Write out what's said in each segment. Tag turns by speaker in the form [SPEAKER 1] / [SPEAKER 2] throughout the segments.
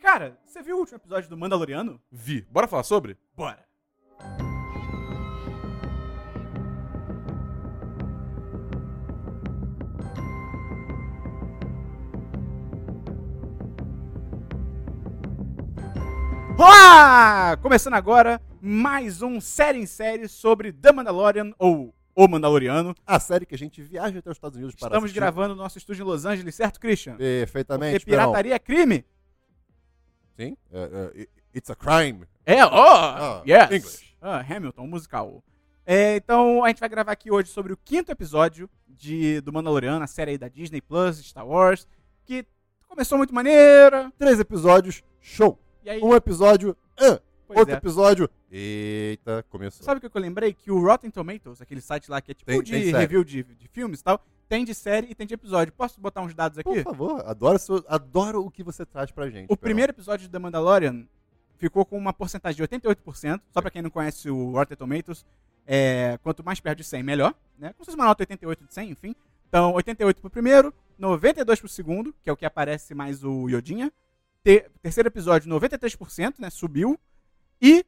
[SPEAKER 1] Cara, você viu o último episódio do Mandaloriano?
[SPEAKER 2] Vi. Bora falar sobre?
[SPEAKER 1] Bora! Olá! Começando agora mais um série em série sobre The Mandalorian ou O Mandaloriano.
[SPEAKER 3] A série que a gente viaja até os Estados Unidos para
[SPEAKER 1] Estamos
[SPEAKER 3] assistir.
[SPEAKER 1] gravando no nosso estúdio em Los Angeles, certo, Christian? Porque
[SPEAKER 3] Perfeitamente. Perão.
[SPEAKER 1] pirataria é crime?
[SPEAKER 3] Sim. É, é, i- it's a crime.
[SPEAKER 1] É, ó!
[SPEAKER 3] Ah,
[SPEAKER 1] yes!
[SPEAKER 3] English.
[SPEAKER 1] Ah, Hamilton, um musical. É, então, a gente vai gravar aqui hoje sobre o quinto episódio de, do Mandaloriano, a série aí da Disney Plus, Star Wars, que começou muito maneira.
[SPEAKER 3] Três episódios, show.
[SPEAKER 1] E aí,
[SPEAKER 3] Um episódio, ah,
[SPEAKER 1] pois
[SPEAKER 3] outro
[SPEAKER 1] é.
[SPEAKER 3] episódio. Eita, começou.
[SPEAKER 1] Sabe o que eu lembrei? Que o Rotten Tomatoes, aquele site lá que é tipo
[SPEAKER 3] Tem-
[SPEAKER 1] de
[SPEAKER 3] tem série.
[SPEAKER 1] review de, de filmes e tal, tem de série e tem de episódio. Posso botar uns dados aqui?
[SPEAKER 3] Por favor, adoro, seu- adoro o que você traz pra gente.
[SPEAKER 1] O
[SPEAKER 3] Perão.
[SPEAKER 1] primeiro episódio de The Mandalorian ficou com uma porcentagem de 88%. Só pra quem não conhece o Rotten Tomatoes, é, quanto mais perto de 100, melhor. Né? Como se fosse uma nota 88 de 100, enfim. Então, 88 pro primeiro, 92 pro segundo, que é o que aparece mais o Yodinha. Te- terceiro episódio, 93%, né? Subiu. E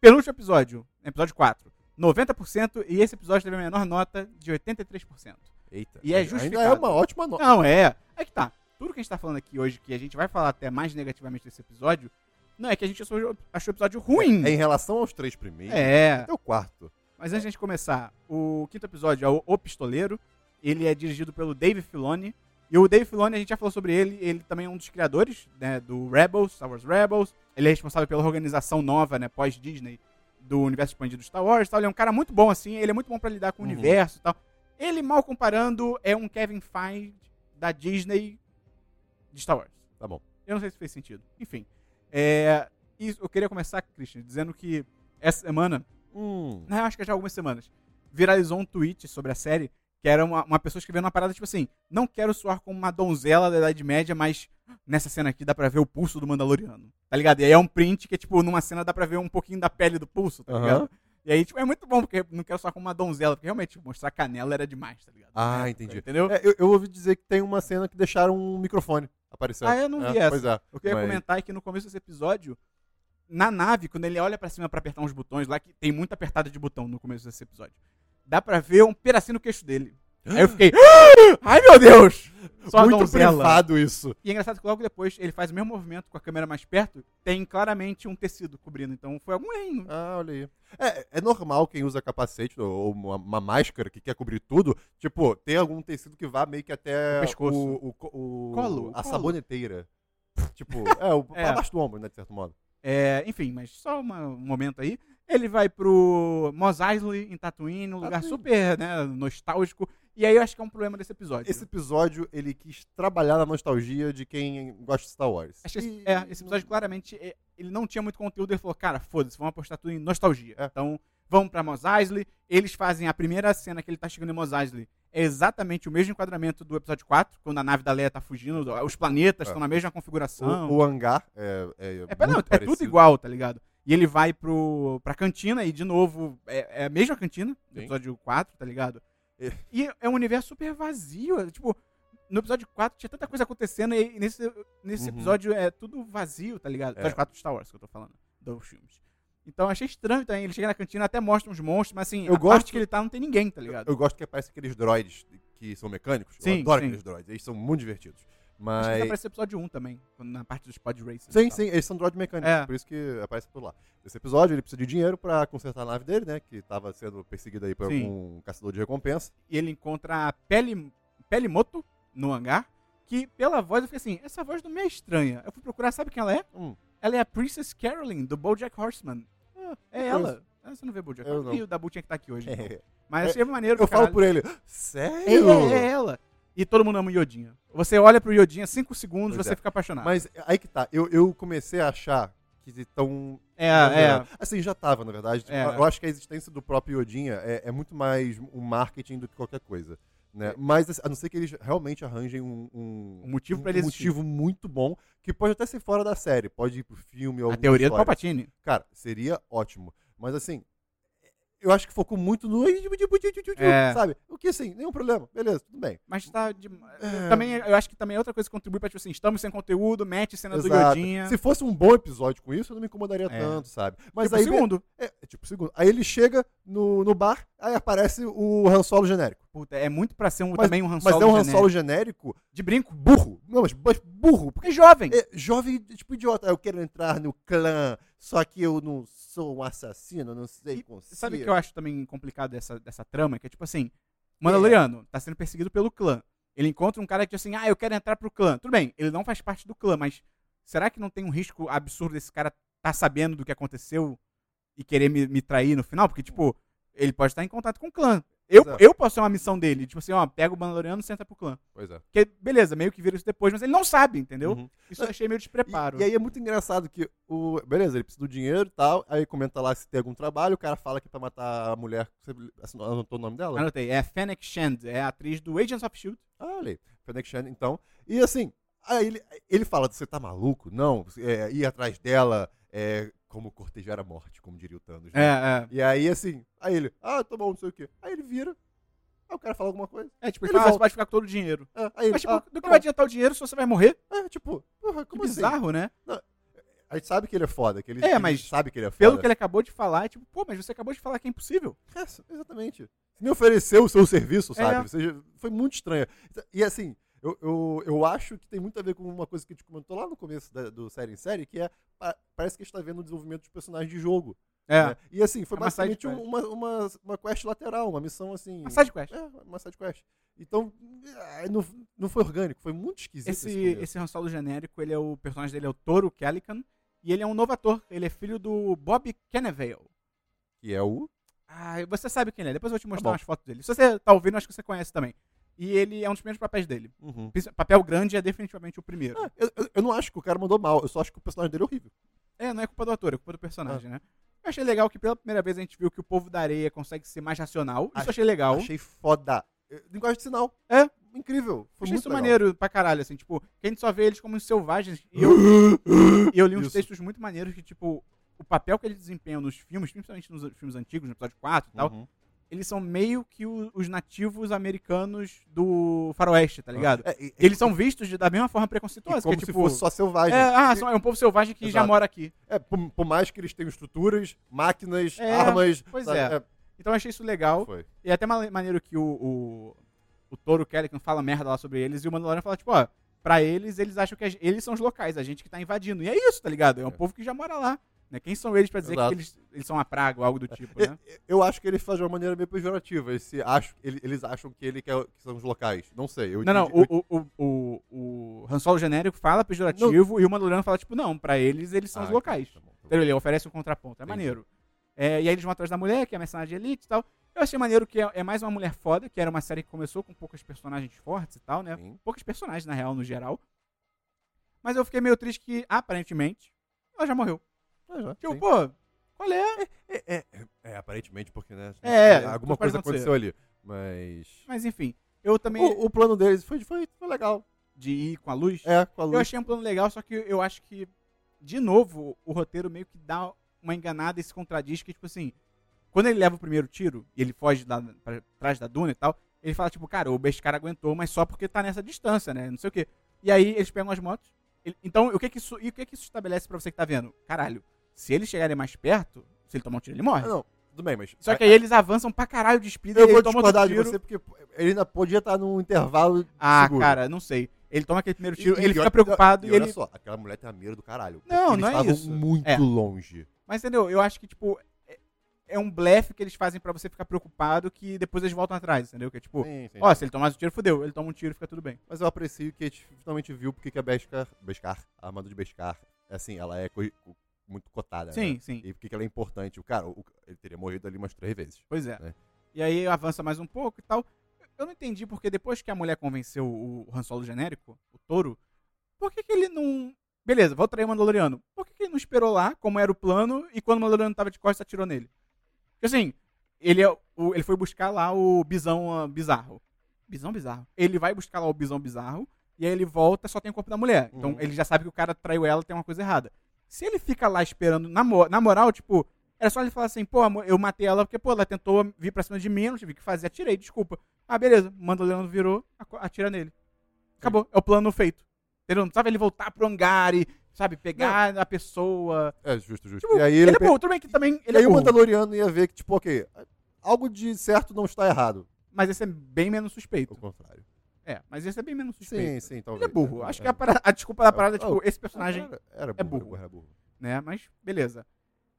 [SPEAKER 1] penúltimo episódio, episódio 4, 90%. E esse episódio teve a menor nota de 83%.
[SPEAKER 3] Eita.
[SPEAKER 1] E é
[SPEAKER 3] Ainda
[SPEAKER 1] justificado.
[SPEAKER 3] é uma ótima nota.
[SPEAKER 1] Não, é. É que tá. Tudo que a gente tá falando aqui hoje, que a gente vai falar até mais negativamente desse episódio, não é que a gente achou, achou o episódio ruim.
[SPEAKER 3] É em relação aos três primeiros.
[SPEAKER 1] É.
[SPEAKER 3] Até o quarto.
[SPEAKER 1] Mas antes de a gente começar, o quinto episódio é o, o Pistoleiro. Ele é dirigido pelo Dave Filoni. E o Dave Filoni, a gente já falou sobre ele, ele também é um dos criadores né, do Rebels, Star Wars Rebels. Ele é responsável pela organização nova, né, pós-Disney, do universo expandido Star Wars. e Tal. Ele é um cara muito bom, assim, ele é muito bom pra lidar com o
[SPEAKER 3] Uhum.
[SPEAKER 1] universo e tal. Ele, mal comparando, é um Kevin Feige da Disney de Star Wars.
[SPEAKER 3] Tá bom.
[SPEAKER 1] Eu não sei se fez sentido. Enfim, é, isso- eu queria começar, Christian, dizendo que essa semana
[SPEAKER 3] Hum.
[SPEAKER 1] na real, né, acho que já há algumas semanas, viralizou um tweet sobre a série, que era uma, uma pessoa escrevendo uma parada tipo assim: não quero soar como uma donzela da Idade Média, mas nessa cena aqui dá pra ver o pulso do Mandaloriano. Tá ligado? E aí é um print que, tipo, numa cena dá pra ver um pouquinho da pele do pulso, tá
[SPEAKER 3] Aham.
[SPEAKER 1] ligado? E aí, tipo, é muito bom, porque não quero soar como uma donzela, porque realmente tipo, mostrar canela era demais, tá ligado?
[SPEAKER 3] Ah,
[SPEAKER 1] Na época,
[SPEAKER 3] entendi.
[SPEAKER 1] Entendeu?
[SPEAKER 3] É, eu, eu ouvi dizer que tem uma cena que deixaram um microfone aparecendo.
[SPEAKER 1] Ah, eu não vi essa.
[SPEAKER 3] Pois é.
[SPEAKER 1] O que eu ia
[SPEAKER 3] Mas-
[SPEAKER 1] comentar é que no começo desse episódio, na nave, quando ele olha pra cima pra apertar uns botões lá, que tem muita apertada de botão no começo desse episódio, dá pra ver um pedacinho no queixo dele. Aí eu fiquei, "Ah! ai meu Deus! Só a
[SPEAKER 3] Muito
[SPEAKER 1] donzela.
[SPEAKER 3] privado isso.
[SPEAKER 1] E é engraçado que logo depois ele faz o mesmo movimento com a câmera mais perto, tem claramente um tecido cobrindo. Então foi algum erro.
[SPEAKER 3] Ah, olha aí. É, é normal quem usa capacete ou- ou uma, uma máscara que quer cobrir tudo, tipo, ter algum tecido que vá meio que até
[SPEAKER 1] O pescoço.
[SPEAKER 3] o, o co- o-
[SPEAKER 1] Colo, o
[SPEAKER 3] a
[SPEAKER 1] colo.
[SPEAKER 3] saboneteira. tipo, é, o,
[SPEAKER 1] É.
[SPEAKER 3] abaixo do ombro, né, de certo modo.
[SPEAKER 1] É, enfim, mas só uma- um momento aí. Ele vai pro Mos Eisley, em Tatooine, um lugar
[SPEAKER 3] Tatooine.
[SPEAKER 1] super né, nostálgico. E aí eu acho que é um problema desse episódio.
[SPEAKER 3] Esse episódio, ele quis trabalhar na nostalgia de quem gosta de Star Wars.
[SPEAKER 1] Acho que esse,
[SPEAKER 3] E-
[SPEAKER 1] é, esse episódio claramente é, ele não tinha muito conteúdo. Ele falou, cara, foda-se, vamos apostar tudo em nostalgia.
[SPEAKER 3] É.
[SPEAKER 1] Então, vamos pra Mos Eisley. Eles fazem a primeira cena que ele tá chegando em Mos Eisley. É exatamente o mesmo enquadramento do episódio 4, quando a nave da Leia tá fugindo, os planetas
[SPEAKER 3] É.
[SPEAKER 1] estão na mesma configuração.
[SPEAKER 3] O, o hangar é, é,
[SPEAKER 1] é, pera- não,
[SPEAKER 3] muito
[SPEAKER 1] é tudo
[SPEAKER 3] parecido.
[SPEAKER 1] igual, tá ligado? E ele vai pro, pra cantina e, de novo, é, é a mesma cantina do
[SPEAKER 3] Sim.
[SPEAKER 1] episódio 4, tá ligado?
[SPEAKER 3] É.
[SPEAKER 1] E é um universo super vazio. é, Tipo, no episódio 4 tinha tanta coisa acontecendo e nesse, nesse
[SPEAKER 3] Uhum. É.
[SPEAKER 1] episódio é tudo vazio, tá ligado? Episódio 4 do Star Wars que eu tô falando, dos filmes. Então achei estranho também. Ele chega na cantina, até mostra uns monstros, mas assim,
[SPEAKER 3] Eu
[SPEAKER 1] a
[SPEAKER 3] gosto-
[SPEAKER 1] parte que ele tá não tem ninguém, tá ligado?
[SPEAKER 3] Eu gosto que aparecem aqueles droids que são mecânicos.
[SPEAKER 1] Sim,
[SPEAKER 3] eu adoro
[SPEAKER 1] sim.
[SPEAKER 3] aqueles droids. Eles são muito divertidos.
[SPEAKER 1] Acho que
[SPEAKER 3] Mas.
[SPEAKER 1] isso aparece no episódio 1 também, quando- na parte dos pod races.
[SPEAKER 3] Sim,
[SPEAKER 1] e tal.
[SPEAKER 3] sim, eles são droid mecânicos,
[SPEAKER 1] É.
[SPEAKER 3] por isso que aparece por lá. Nesse episódio, ele precisa de dinheiro pra consertar a nave dele, né? Que tava sendo perseguida aí por
[SPEAKER 1] Sim.
[SPEAKER 3] algum caçador de recompensa.
[SPEAKER 1] e ele encontra a Pele, Pelimoto no hangar, que pela voz eu fiquei assim, essa voz não me é estranha. Eu fui procurar, sabe quem ela é?
[SPEAKER 3] Hum.
[SPEAKER 1] Ela é a Princess Carolyn, do BoJack Horseman. É
[SPEAKER 3] eu-
[SPEAKER 1] ela. Ah, Você não vê BoJack
[SPEAKER 3] Eu
[SPEAKER 1] Horseman.
[SPEAKER 3] não.
[SPEAKER 1] E o Dabu tinha que estar aqui hoje. então.
[SPEAKER 3] É.
[SPEAKER 1] Mas achei maneiro. pra
[SPEAKER 3] Eu
[SPEAKER 1] caralho.
[SPEAKER 3] falo por ele,
[SPEAKER 1] É,
[SPEAKER 3] sério?
[SPEAKER 1] é, é ela. E todo mundo ama o Yodinha. Você olha pro Yodinha 5 segundos,
[SPEAKER 3] Pois
[SPEAKER 1] você
[SPEAKER 3] é.
[SPEAKER 1] fica apaixonado.
[SPEAKER 3] Mas aí que tá, eu, eu comecei a achar que estão...
[SPEAKER 1] é, é.
[SPEAKER 3] Assim, já tava, na verdade.
[SPEAKER 1] É.
[SPEAKER 3] Eu acho que a existência do próprio Yodinha é, é muito mais um marketing do que qualquer coisa. Né? Mas assim, a não ser que eles realmente arranjem um, um,
[SPEAKER 1] É. Um motivo pra ele existir.
[SPEAKER 3] motivo muito bom, que pode até ser fora da série, pode ir pro filme ou
[SPEAKER 1] A
[SPEAKER 3] alguma
[SPEAKER 1] teoria do
[SPEAKER 3] história.
[SPEAKER 1] Palpatine.
[SPEAKER 3] Cara, seria ótimo. Mas assim, eu acho que focou muito no.
[SPEAKER 1] É.
[SPEAKER 3] Sabe? O que assim, nenhum problema. Beleza, tudo bem.
[SPEAKER 1] Mas tá de... Também, eu acho que também é outra coisa que contribui pra, tipo assim, estamos sem conteúdo, mete cena
[SPEAKER 3] Exato.
[SPEAKER 1] do Yodinha.
[SPEAKER 3] Se fosse um bom episódio com isso, eu não me incomodaria
[SPEAKER 1] É.
[SPEAKER 3] tanto, sabe? Mas
[SPEAKER 1] Tipo,
[SPEAKER 3] aí.
[SPEAKER 1] segundo.
[SPEAKER 3] É, é tipo segundo. Aí ele chega no, no bar, aí aparece o Han Solo genérico.
[SPEAKER 1] Puta, é muito pra ser um,
[SPEAKER 3] Mas-
[SPEAKER 1] também um Han
[SPEAKER 3] Mas
[SPEAKER 1] Solo
[SPEAKER 3] é um Han
[SPEAKER 1] genérico.
[SPEAKER 3] Solo genérico
[SPEAKER 1] de brinco.
[SPEAKER 3] burro. Não, mas, mas burro. Porque
[SPEAKER 1] Porque é jovem.
[SPEAKER 3] é jovem, tipo idiota. Eu quero entrar no clã, só que eu não sou um assassino, eu não sei
[SPEAKER 1] E
[SPEAKER 3] consigo.
[SPEAKER 1] Sabe o que eu acho também complicado dessa, dessa trama? Que é tipo assim, Mandaloriano tá sendo perseguido pelo clã. Ele encontra um cara que diz assim, ah, eu quero entrar pro clã. Tudo bem, ele não faz parte do clã, mas será que não tem um risco absurdo desse cara tá sabendo do que aconteceu e querer me, me trair no final? Porque, tipo, ele pode estar em contato com o clã. Eu,
[SPEAKER 3] Exato.
[SPEAKER 1] eu posso ser uma missão dele. Tipo assim, ó, pega o Mandaloriano e senta pro clã.
[SPEAKER 3] Pois é.
[SPEAKER 1] Porque, beleza, meio que vira isso depois, mas ele não sabe, entendeu?
[SPEAKER 3] Uhum.
[SPEAKER 1] Isso eu achei meio despreparo. né?
[SPEAKER 3] E, e aí é muito engraçado que o. Beleza, ele precisa do dinheiro e tal. Aí comenta lá se tem algum trabalho, o cara fala que é pra matar a mulher. Você assinou- anotou o nome dela?
[SPEAKER 1] Anotei, é Fennec Shand, é a atriz do Agents of S.H.I.E.L.D.
[SPEAKER 3] Ah, olha aí. Fennec Shand, então. E assim, aí ele, ele fala: você tá maluco? Não, é, ir atrás dela é como cortejar a morte, como diria o Thanos. né?
[SPEAKER 1] É, é.
[SPEAKER 3] E aí, assim, aí ele, ah, tá bom, não sei o quê. Aí ele vira, aí o cara fala alguma coisa.
[SPEAKER 1] É, tipo,
[SPEAKER 3] Ele
[SPEAKER 1] ele fala, ah,
[SPEAKER 3] volta.
[SPEAKER 1] você pode ficar com todo o dinheiro.
[SPEAKER 3] Ah, aí ele,
[SPEAKER 1] Mas, tipo,
[SPEAKER 3] ah,
[SPEAKER 1] do que
[SPEAKER 3] tá
[SPEAKER 1] vai
[SPEAKER 3] bom.
[SPEAKER 1] adiantar o dinheiro se você vai morrer?
[SPEAKER 3] É, tipo, porra, como
[SPEAKER 1] que
[SPEAKER 3] assim?
[SPEAKER 1] bizarro, né?
[SPEAKER 3] A gente sabe que ele é foda, que ele,
[SPEAKER 1] É,
[SPEAKER 3] ele
[SPEAKER 1] mas
[SPEAKER 3] sabe que ele é foda.
[SPEAKER 1] Pelo que ele acabou de falar, é tipo, pô, mas você acabou de falar que é impossível.
[SPEAKER 3] É, exatamente. Me ofereceu o seu serviço,
[SPEAKER 1] É.
[SPEAKER 3] sabe? Ou seja, foi muito estranho. E assim, eu, eu, eu acho que tem muito a ver com uma coisa que a gente comentou lá no começo da- do série em série, que é pa- parece que a gente tá vendo o desenvolvimento dos personagens de jogo. né? E assim, foi
[SPEAKER 1] É uma side
[SPEAKER 3] basicamente um- uma, uma, uma quest lateral, uma missão assim.
[SPEAKER 1] Uma side quest.
[SPEAKER 3] É, uma side quest. Então, é, não, não foi orgânico, foi muito esquisito
[SPEAKER 1] Esse,
[SPEAKER 3] esse começo.
[SPEAKER 1] esse Han Solo genérico, ele é o o personagem dele é o Toro Calican, e ele é um novo ator, ele é filho do Bob Cannavale.
[SPEAKER 3] Que é o.
[SPEAKER 1] Ah, você sabe quem ele é, depois eu vou te mostrar
[SPEAKER 3] bom.
[SPEAKER 1] umas fotos dele. Se você tá ouvindo, acho que você conhece também. E ele é um dos primeiros papéis dele. Pis- Papel grande é definitivamente o primeiro.
[SPEAKER 3] Ah, eu, eu- eu não acho que o cara mandou mal, eu só acho que o personagem dele é horrível.
[SPEAKER 1] É, não é culpa do ator, é culpa do personagem,
[SPEAKER 3] Ah.
[SPEAKER 1] né? Eu achei legal que pela primeira vez a gente viu que o povo da areia consegue ser mais racional. Isso eu
[SPEAKER 3] Ach-
[SPEAKER 1] achei legal.
[SPEAKER 3] Achei foda. Eh, Linguagem de sinal.
[SPEAKER 1] É.
[SPEAKER 3] Incrível. Foi
[SPEAKER 1] Achei
[SPEAKER 3] muito
[SPEAKER 1] isso
[SPEAKER 3] legal.
[SPEAKER 1] maneiro pra caralho, assim, tipo, que a gente só vê eles como selvagens. E eu, e eu li uns
[SPEAKER 3] Isso.
[SPEAKER 1] textos muito maneiros que, tipo, o papel que eles desempenham nos filmes, principalmente nos filmes antigos, no episódio 4 e tal,
[SPEAKER 3] Uhum.
[SPEAKER 1] eles são meio que o- os nativos americanos do faroeste, tá ligado?
[SPEAKER 3] É, e-
[SPEAKER 1] Eles são vistos de, da mesma forma
[SPEAKER 3] e como
[SPEAKER 1] preconceituosa, que é,
[SPEAKER 3] se
[SPEAKER 1] tipo...
[SPEAKER 3] fosse só selvagem.
[SPEAKER 1] é, ah, são- é um povo selvagem que já
[SPEAKER 3] Exato.
[SPEAKER 1] mora aqui.
[SPEAKER 3] É, por, por mais que eles tenham estruturas, máquinas,
[SPEAKER 1] É,
[SPEAKER 3] armas.
[SPEAKER 1] pois é. Então eu achei isso legal.
[SPEAKER 3] foi.
[SPEAKER 1] E é até ma- maneiro que o, o, o Toro Kellican fala merda lá sobre eles e o Mandalorian fala, tipo, ó, pra eles, eles acham que a gen- eles são os locais, a gente que tá invadindo. E é isso, tá ligado? É um
[SPEAKER 3] É.
[SPEAKER 1] povo que já mora lá. Né? Quem são eles pra dizer
[SPEAKER 3] Exato.
[SPEAKER 1] que eles, eles são a praga ou algo do tipo,
[SPEAKER 3] É,
[SPEAKER 1] né?
[SPEAKER 3] Eu acho que ele faz de uma maneira meio pejorativa. Esse, acho, ele- eles acham que ele quer, que são os locais. Não sei. Eu,
[SPEAKER 1] Não, não,
[SPEAKER 3] eu-
[SPEAKER 1] o, o, o, o, o Han Solo genérico fala pejorativo e o Mandalorian fala, tipo, não, pra eles, eles são
[SPEAKER 3] Ah,
[SPEAKER 1] os locais.
[SPEAKER 3] tá bom, tá bom.
[SPEAKER 1] Entendeu? Ele oferece um contraponto, é
[SPEAKER 3] Entendi.
[SPEAKER 1] maneiro. É, e aí eles vão atrás da mulher, que é a mercenária de elite e tal. Eu achei maneiro que é, é mais uma mulher foda, que era uma série que começou com poucas personagens fortes e tal, né?
[SPEAKER 3] Sim.
[SPEAKER 1] poucos personagens, na real, no geral. Mas eu fiquei meio triste que, aparentemente, ela já morreu.
[SPEAKER 3] Ah, já,
[SPEAKER 1] Tipo,
[SPEAKER 3] sim.
[SPEAKER 1] pô, qual é?
[SPEAKER 3] É, é, é, aparentemente, porque, né?
[SPEAKER 1] É,
[SPEAKER 3] alguma
[SPEAKER 1] tudo pode
[SPEAKER 3] coisa
[SPEAKER 1] acontecer.
[SPEAKER 3] aconteceu ali. Mas.
[SPEAKER 1] Mas enfim, eu também.
[SPEAKER 3] O, o plano deles foi, foi, foi legal.
[SPEAKER 1] De ir com a luz.
[SPEAKER 3] É, com a luz.
[SPEAKER 1] Eu achei um plano legal, só que eu acho que, de novo, o roteiro meio que dá uma enganada e se contradiz, que, tipo assim, quando ele leva o primeiro tiro e ele foge lá pra trás da duna e tal, ele fala, tipo, cara, o Beskar aguentou, mas só porque tá nessa distância, né? Não sei o quê. E aí eles pegam as motos. Ele- então, o que que isso, e o que que isso estabelece pra você que tá vendo? Caralho, se eles chegarem mais perto, se ele tomar um tiro, ele morre.
[SPEAKER 3] Ah, não, tudo bem, mas. é,
[SPEAKER 1] Só que aí eles avançam pra caralho de speed
[SPEAKER 3] Eu
[SPEAKER 1] e
[SPEAKER 3] vou
[SPEAKER 1] ele toma outro
[SPEAKER 3] discordar de
[SPEAKER 1] tiro.
[SPEAKER 3] você, porque ele ainda podia estar num intervalo
[SPEAKER 1] Ah,
[SPEAKER 3] seguro.
[SPEAKER 1] cara, não sei. Ele toma aquele primeiro
[SPEAKER 3] E-
[SPEAKER 1] tiro,
[SPEAKER 3] e-
[SPEAKER 1] ele
[SPEAKER 3] e
[SPEAKER 1] fica
[SPEAKER 3] olha-
[SPEAKER 1] preocupado
[SPEAKER 3] E
[SPEAKER 1] e,
[SPEAKER 3] olha
[SPEAKER 1] ele
[SPEAKER 3] só, aquela mulher tem a mira do caralho.
[SPEAKER 1] Não,
[SPEAKER 3] Eles
[SPEAKER 1] não é
[SPEAKER 3] estavam
[SPEAKER 1] isso.
[SPEAKER 3] muito
[SPEAKER 1] É.
[SPEAKER 3] longe.
[SPEAKER 1] Mas entendeu? Eu acho que, tipo, é- é um blefe que eles fazem pra você ficar preocupado que depois eles voltam atrás, entendeu? Que é tipo, ó, se ele tomar um tiro, fodeu. Ele toma um tiro e fica tudo bem.
[SPEAKER 3] Mas eu aprecio que a gente finalmente viu porque que a Beskar, Beskar, a armadura de Beskar, assim, ela é co- co- muito cotada.
[SPEAKER 1] Sim,
[SPEAKER 3] né?
[SPEAKER 1] sim.
[SPEAKER 3] E porque que ela é importante. O cara, o- ele teria morrido ali umas três vezes.
[SPEAKER 1] Pois é.
[SPEAKER 3] É.
[SPEAKER 1] E aí avança mais um pouco e tal. Eu não entendi porque depois que a mulher convenceu o Han Solo genérico, o touro, por que, que ele não. Beleza, vou trair o Mandaloriano. Por que, que ele não esperou lá, como era o plano, e quando o Mandaloriano tava de costas, atirou nele? Porque assim, ele, é o- ele foi buscar lá o bisão ah, bizarro. Bisão bizarro. Ele vai buscar lá o bisão bizarro, e aí ele volta, só tem o corpo da mulher. Então
[SPEAKER 3] Uhum.
[SPEAKER 1] ele já sabe que o cara traiu ela, tem uma coisa errada. Se ele fica lá esperando, na, mo- na moral, tipo, Era só ele falar assim, pô, amor, eu matei ela porque, pô, ela tentou vir pra cima de mim, eu não tive o que fazer, atirei, desculpa. Ah, beleza. Manda o Leandro virou, aco- atira nele. Acabou. É o plano feito. Entendeu? Não precisava um, ele voltar pro hangar e, sabe, pegar a pessoa.
[SPEAKER 3] É, justo, justo.
[SPEAKER 1] Tipo,
[SPEAKER 3] e aí
[SPEAKER 1] ele,
[SPEAKER 3] ele,
[SPEAKER 1] é
[SPEAKER 3] pe- um
[SPEAKER 1] burro, tudo bem que também ele
[SPEAKER 3] e aí
[SPEAKER 1] é
[SPEAKER 3] o
[SPEAKER 1] burro.
[SPEAKER 3] Mandaloriano ia ver que, tipo, ok, algo de certo não está errado.
[SPEAKER 1] Mas esse é bem menos suspeito.
[SPEAKER 3] Ao contrário.
[SPEAKER 1] É, mas esse é bem menos suspeito.
[SPEAKER 3] Sim, sim, talvez.
[SPEAKER 1] Ele é burro. Acho que a,
[SPEAKER 3] É.
[SPEAKER 1] parada- a desculpa da
[SPEAKER 3] É.
[SPEAKER 1] parada é,
[SPEAKER 3] Ah,
[SPEAKER 1] tipo,
[SPEAKER 3] o-
[SPEAKER 1] esse personagem,
[SPEAKER 3] Era, era
[SPEAKER 1] é
[SPEAKER 3] burro,
[SPEAKER 1] burro.
[SPEAKER 3] Era burro.
[SPEAKER 1] né? Mas, beleza.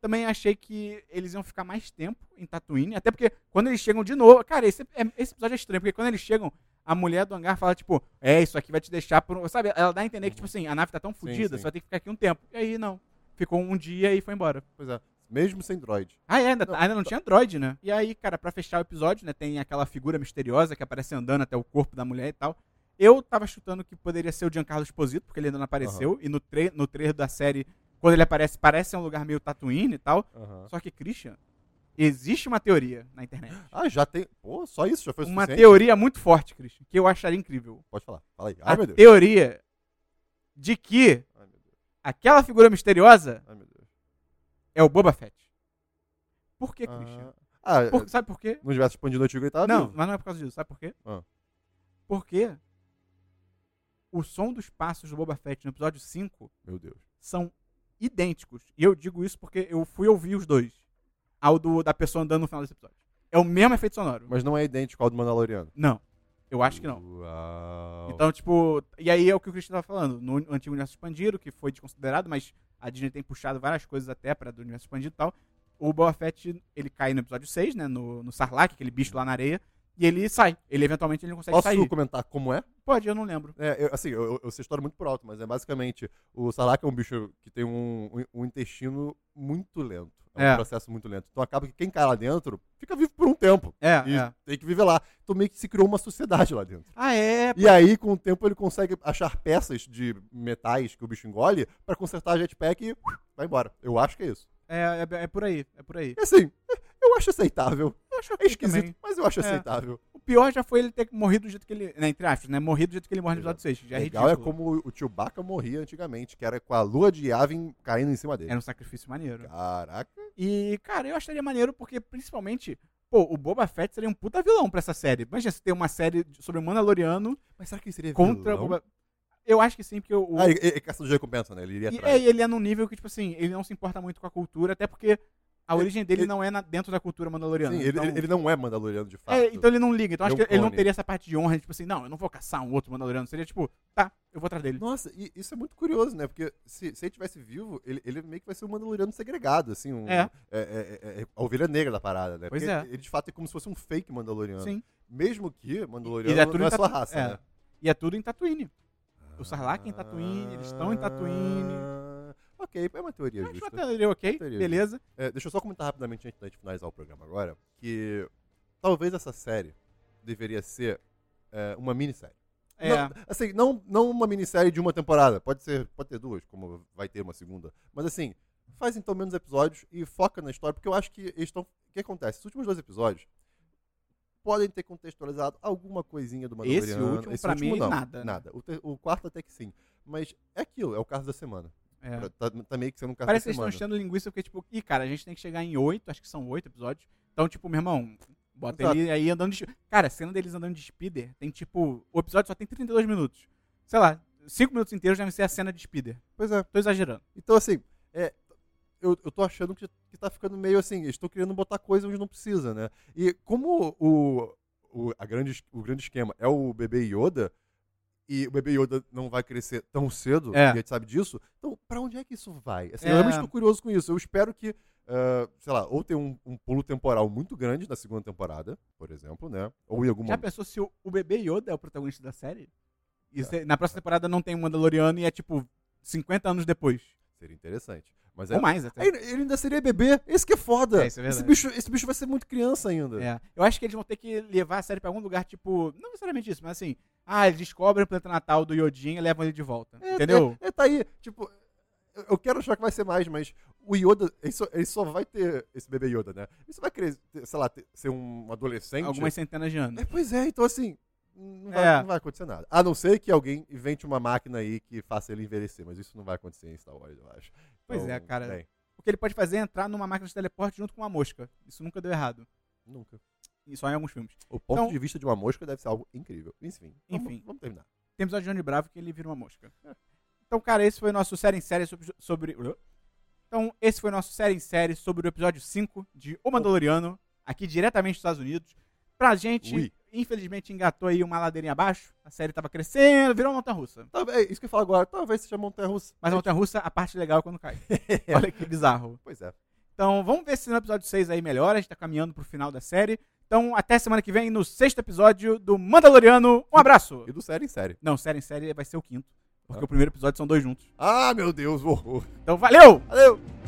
[SPEAKER 1] Também achei que eles iam ficar mais tempo em Tatooine, até porque quando eles chegam de novo... Cara, esse, é- esse episódio é estranho, porque quando eles chegam, a mulher do hangar fala, tipo, é, isso aqui vai te deixar por... um-" Sabe, ela dá a entender que, tipo assim, a nave tá tão fodida,
[SPEAKER 3] Uhum. sim.
[SPEAKER 1] você vai ter que ficar aqui um tempo. E aí, não. Ficou um dia e foi embora.
[SPEAKER 3] Pois é. Mesmo sem droid.
[SPEAKER 1] Ah, é, ainda, tá-
[SPEAKER 3] Não,
[SPEAKER 1] ainda não tinha Android, né? E aí, cara, pra fechar o episódio, né, tem aquela figura misteriosa que aparece andando até o corpo da mulher e tal. Eu tava chutando que poderia ser o Giancarlo Esposito, porque ele ainda não apareceu. E no, tre no trailer da série, quando ele aparece, parece um lugar meio Tatooine e tal. Só que, Christian, existe uma teoria na internet.
[SPEAKER 3] Ah, já tem. Pô, só isso já foi
[SPEAKER 1] Uma
[SPEAKER 3] suficiente?
[SPEAKER 1] teoria muito forte, Christian, que eu acharia incrível.
[SPEAKER 3] Pode falar. Fala aí. Ai,
[SPEAKER 1] a
[SPEAKER 3] meu Deus.
[SPEAKER 1] teoria de que
[SPEAKER 3] Ai, meu Deus.
[SPEAKER 1] aquela figura misteriosa
[SPEAKER 3] Ai, meu Deus.
[SPEAKER 1] é o Boba Fett. Por que, Christian?
[SPEAKER 3] Ah, ah, é,
[SPEAKER 1] Por- sabe por quê?
[SPEAKER 3] no universo expandido antigo ele tava
[SPEAKER 1] Não,
[SPEAKER 3] vivo.
[SPEAKER 1] mas não é por causa disso. Sabe por quê?
[SPEAKER 3] Ah.
[SPEAKER 1] Porque o som dos passos do Boba Fett no episódio 5
[SPEAKER 3] Meu Deus.
[SPEAKER 1] são idênticos. E eu digo isso porque eu fui ouvir os dois. Ao do, da pessoa andando no final desse episódio. É o mesmo efeito sonoro.
[SPEAKER 3] Mas não é idêntico ao do Mandaloriano.
[SPEAKER 1] Não. Eu acho que não.
[SPEAKER 3] Uau.
[SPEAKER 1] Então, tipo, e aí é o que o Cristian tava falando. No antigo universo expandido, que foi desconsiderado, mas a Disney tem puxado várias coisas até pra do universo expandido e tal. O Boba Fett, ele cai no episódio 6, né? No, no Sarlacc, aquele bicho lá na areia. E ele sai. Ele eventualmente ele não consegue
[SPEAKER 3] Posso
[SPEAKER 1] sair.
[SPEAKER 3] comentar como é?
[SPEAKER 1] Pode, eu não lembro.
[SPEAKER 3] É, eu- assim, eu, eu, eu sei a história muito por alto, mas é basicamente. O Sarlacc é um bicho que tem um, um, um intestino muito lento. É um
[SPEAKER 1] É.
[SPEAKER 3] processo muito lento. Então acaba que quem cai lá dentro fica vivo por um tempo.
[SPEAKER 1] É,
[SPEAKER 3] E
[SPEAKER 1] é.
[SPEAKER 3] tem que viver lá. Então meio que se criou uma sociedade lá dentro.
[SPEAKER 1] Ah, é.
[SPEAKER 3] E aí, com o tempo, ele consegue achar peças de metais que o bicho engole pra consertar a jetpack e vai embora. Eu acho que é isso.
[SPEAKER 1] É, é, é por aí, é por aí.
[SPEAKER 3] E assim, eu acho aceitável.
[SPEAKER 1] Eu acho
[SPEAKER 3] É esquisito, mas eu acho
[SPEAKER 1] É.
[SPEAKER 3] aceitável.
[SPEAKER 1] O pior já foi ele ter morrido do jeito que ele. Né, entre aspas, né? Morrido do jeito que ele morre no episódio 6. Já é
[SPEAKER 3] Legal é
[SPEAKER 1] ridículo.
[SPEAKER 3] como o Chewbacca morria antigamente, que era com a lua de Yavin caindo em cima dele.
[SPEAKER 1] Era um sacrifício maneiro.
[SPEAKER 3] Caraca.
[SPEAKER 1] E, cara, eu acharia maneiro porque, principalmente, pô, o Boba Fett seria um puta vilão pra essa série. Imagina se ter uma série de- sobre o Mandaloriano
[SPEAKER 3] Mas será que ele seria
[SPEAKER 1] contra o
[SPEAKER 3] vilão?
[SPEAKER 1] Boba Eu acho que sim, porque o.
[SPEAKER 3] Ah, ele, ele, caçador de recompensa, né? Ele iria
[SPEAKER 1] e,
[SPEAKER 3] atrás.
[SPEAKER 1] é, e ele é num nível que, tipo assim, ele não se importa muito com a cultura, até porque a
[SPEAKER 3] Ele-
[SPEAKER 1] origem dele
[SPEAKER 3] ele-
[SPEAKER 1] não é na- dentro da cultura mandaloriana.
[SPEAKER 3] Sim, ele,
[SPEAKER 1] então-
[SPEAKER 3] ele- ele não é mandaloriano de fato.
[SPEAKER 1] É, então ele não liga. Então
[SPEAKER 3] Ele
[SPEAKER 1] acho
[SPEAKER 3] é
[SPEAKER 1] que
[SPEAKER 3] um
[SPEAKER 1] ele não
[SPEAKER 3] clone.
[SPEAKER 1] teria essa parte de honra, de, tipo assim, não, eu não vou caçar um outro Mandaloriano. Seria tipo, tá, eu vou atrás dele.
[SPEAKER 3] Nossa, e isso é muito curioso, né? Porque se, se ele tivesse vivo, ele, ele meio que vai ser um mandaloriano segregado, assim. Um,
[SPEAKER 1] É.
[SPEAKER 3] é- é- é a ovelha negra da parada, né?
[SPEAKER 1] Pois
[SPEAKER 3] Porque
[SPEAKER 1] é.
[SPEAKER 3] Ele, de fato, é como se fosse um fake mandaloriano.
[SPEAKER 1] Sim.
[SPEAKER 3] Mesmo que mandaloriano
[SPEAKER 1] Ele é tudo
[SPEAKER 3] não é
[SPEAKER 1] em
[SPEAKER 3] sua
[SPEAKER 1] Tatu-
[SPEAKER 3] raça,
[SPEAKER 1] é.
[SPEAKER 3] né?
[SPEAKER 1] E é tudo em Tatooine. O Sarlacc é em Tatooine, eles estão em Tatooine.
[SPEAKER 3] Ah, Ok, é uma teoria
[SPEAKER 1] Acho uma
[SPEAKER 3] justa.
[SPEAKER 1] teoria ok,
[SPEAKER 3] Teoria.
[SPEAKER 1] beleza.
[SPEAKER 3] É, deixa eu só comentar rapidamente antes da gente finalizar o programa agora, que talvez essa série deveria ser é, uma minissérie.
[SPEAKER 1] É,
[SPEAKER 3] Não, assim, não, não uma minissérie de uma temporada. Pode ser, pode ter duas, como vai ter uma segunda. Mas assim, faz então menos episódios e foca na história, porque eu acho que eles estão. O que acontece? Os últimos dois episódios podem ter contextualizado alguma coisinha do Mandaloriano.
[SPEAKER 1] Esse último, pra mim, nada, né?
[SPEAKER 3] Nada. O, te- o quarto até que sim. Mas é aquilo, é o caso da semana.
[SPEAKER 1] é.
[SPEAKER 3] Pra- Tá, tá meio que sendo um caso
[SPEAKER 1] Parece que
[SPEAKER 3] da
[SPEAKER 1] eles estão
[SPEAKER 3] semana.
[SPEAKER 1] enchendo linguiça porque, tipo, ih, cara, a gente tem que chegar em oito, acho que são oito episódios. Então, tipo, meu irmão, bota
[SPEAKER 3] Exato.
[SPEAKER 1] ele aí andando de. Cara, a cena deles andando de speeder tem, tipo, o episódio só tem 32 minutos. Sei lá, cinco minutos inteiros devem ser a cena de speeder.
[SPEAKER 3] Pois é.
[SPEAKER 1] Tô exagerando.
[SPEAKER 3] Então, assim, é, eu, eu tô achando que, que tá ficando meio assim, eles estão querendo botar coisa onde não precisa, né? E como o, o, a grande, es- o grande esquema é o bebê Yoda, e o bebê Yoda não vai crescer tão cedo,
[SPEAKER 1] É.
[SPEAKER 3] e a gente sabe disso, então pra onde é que isso vai? Assim,
[SPEAKER 1] É.
[SPEAKER 3] Eu realmente tô curioso com isso. Eu espero que, ah, sei lá, ou tem um, um pulo temporal muito grande na segunda temporada, por exemplo, né? Ou em algum
[SPEAKER 1] Já
[SPEAKER 3] momento.
[SPEAKER 1] pensou se o, o bebê Yoda é o protagonista da série?
[SPEAKER 3] É.
[SPEAKER 1] E se- na próxima temporada não tem um Mandaloriano e é tipo 50 anos depois.
[SPEAKER 3] Seria interessante. Mas é,
[SPEAKER 1] Ou mais até.
[SPEAKER 3] Aí ele ainda seria bebê. Esse que é foda.
[SPEAKER 1] É, isso é
[SPEAKER 3] esse,
[SPEAKER 1] verdade.
[SPEAKER 3] bicho, esse bicho vai ser muito criança ainda.
[SPEAKER 1] É. Eu acho que eles vão ter que levar a série pra algum lugar, tipo, não necessariamente isso, mas assim, ah, eles descobrem o planeta natal do Yodin e levam ele de volta.
[SPEAKER 3] É,
[SPEAKER 1] entendeu?
[SPEAKER 3] É, é, tá aí, tipo, eu- eu quero achar que vai ser mais, mas o Yoda, ele só, ele só vai ter esse bebê Yoda, né? Ele só vai querer, ter, sei lá, ter- ser um adolescente.
[SPEAKER 1] Algumas centenas de anos.
[SPEAKER 3] É, pois é, então assim, não vai,
[SPEAKER 1] É.
[SPEAKER 3] não vai acontecer nada. A não ser que alguém invente uma máquina aí que faça ele envelhecer, mas isso não vai acontecer em Star Wars, eu acho.
[SPEAKER 1] Pois é,
[SPEAKER 3] Então,
[SPEAKER 1] cara.
[SPEAKER 3] bem,
[SPEAKER 1] o que ele pode fazer é entrar numa máquina de teleporte junto com uma mosca. Isso nunca deu errado.
[SPEAKER 3] Nunca.
[SPEAKER 1] E Só em alguns filmes.
[SPEAKER 3] O ponto
[SPEAKER 1] Então-
[SPEAKER 3] de vista de uma mosca deve ser algo incrível. Enfim, vamos-
[SPEAKER 1] Enfim.
[SPEAKER 3] vamos terminar.
[SPEAKER 1] Tem episódio de Johnny Bravo que ele vira uma mosca. Então, cara, esse foi nosso série em série sobre. sobre- Então, esse foi nosso série em série sobre o episódio 5 de O Mandaloriano, aqui diretamente dos Estados Unidos. Pra gente,
[SPEAKER 3] Ui.
[SPEAKER 1] infelizmente, engatou aí uma ladeirinha abaixo. A série tava crescendo, virou uma montanha russa.
[SPEAKER 3] Tá, é isso que eu falo agora. Talvez seja montanha russa.
[SPEAKER 1] Mas a montanha russa, a parte legal é quando cai. Olha que bizarro.
[SPEAKER 3] Pois é.
[SPEAKER 1] Então, vamos ver se no episódio 6 aí melhora. A gente tá caminhando pro final da série. Então, até semana que vem no sexto episódio do Mandaloriano. Um abraço!
[SPEAKER 3] E do série em série.
[SPEAKER 1] Não, série em série vai ser o quinto. Porque
[SPEAKER 3] Ah.
[SPEAKER 1] o primeiro episódio são dois juntos.
[SPEAKER 3] Ah, meu Deus, o horror.
[SPEAKER 1] Então, valeu!
[SPEAKER 3] Valeu!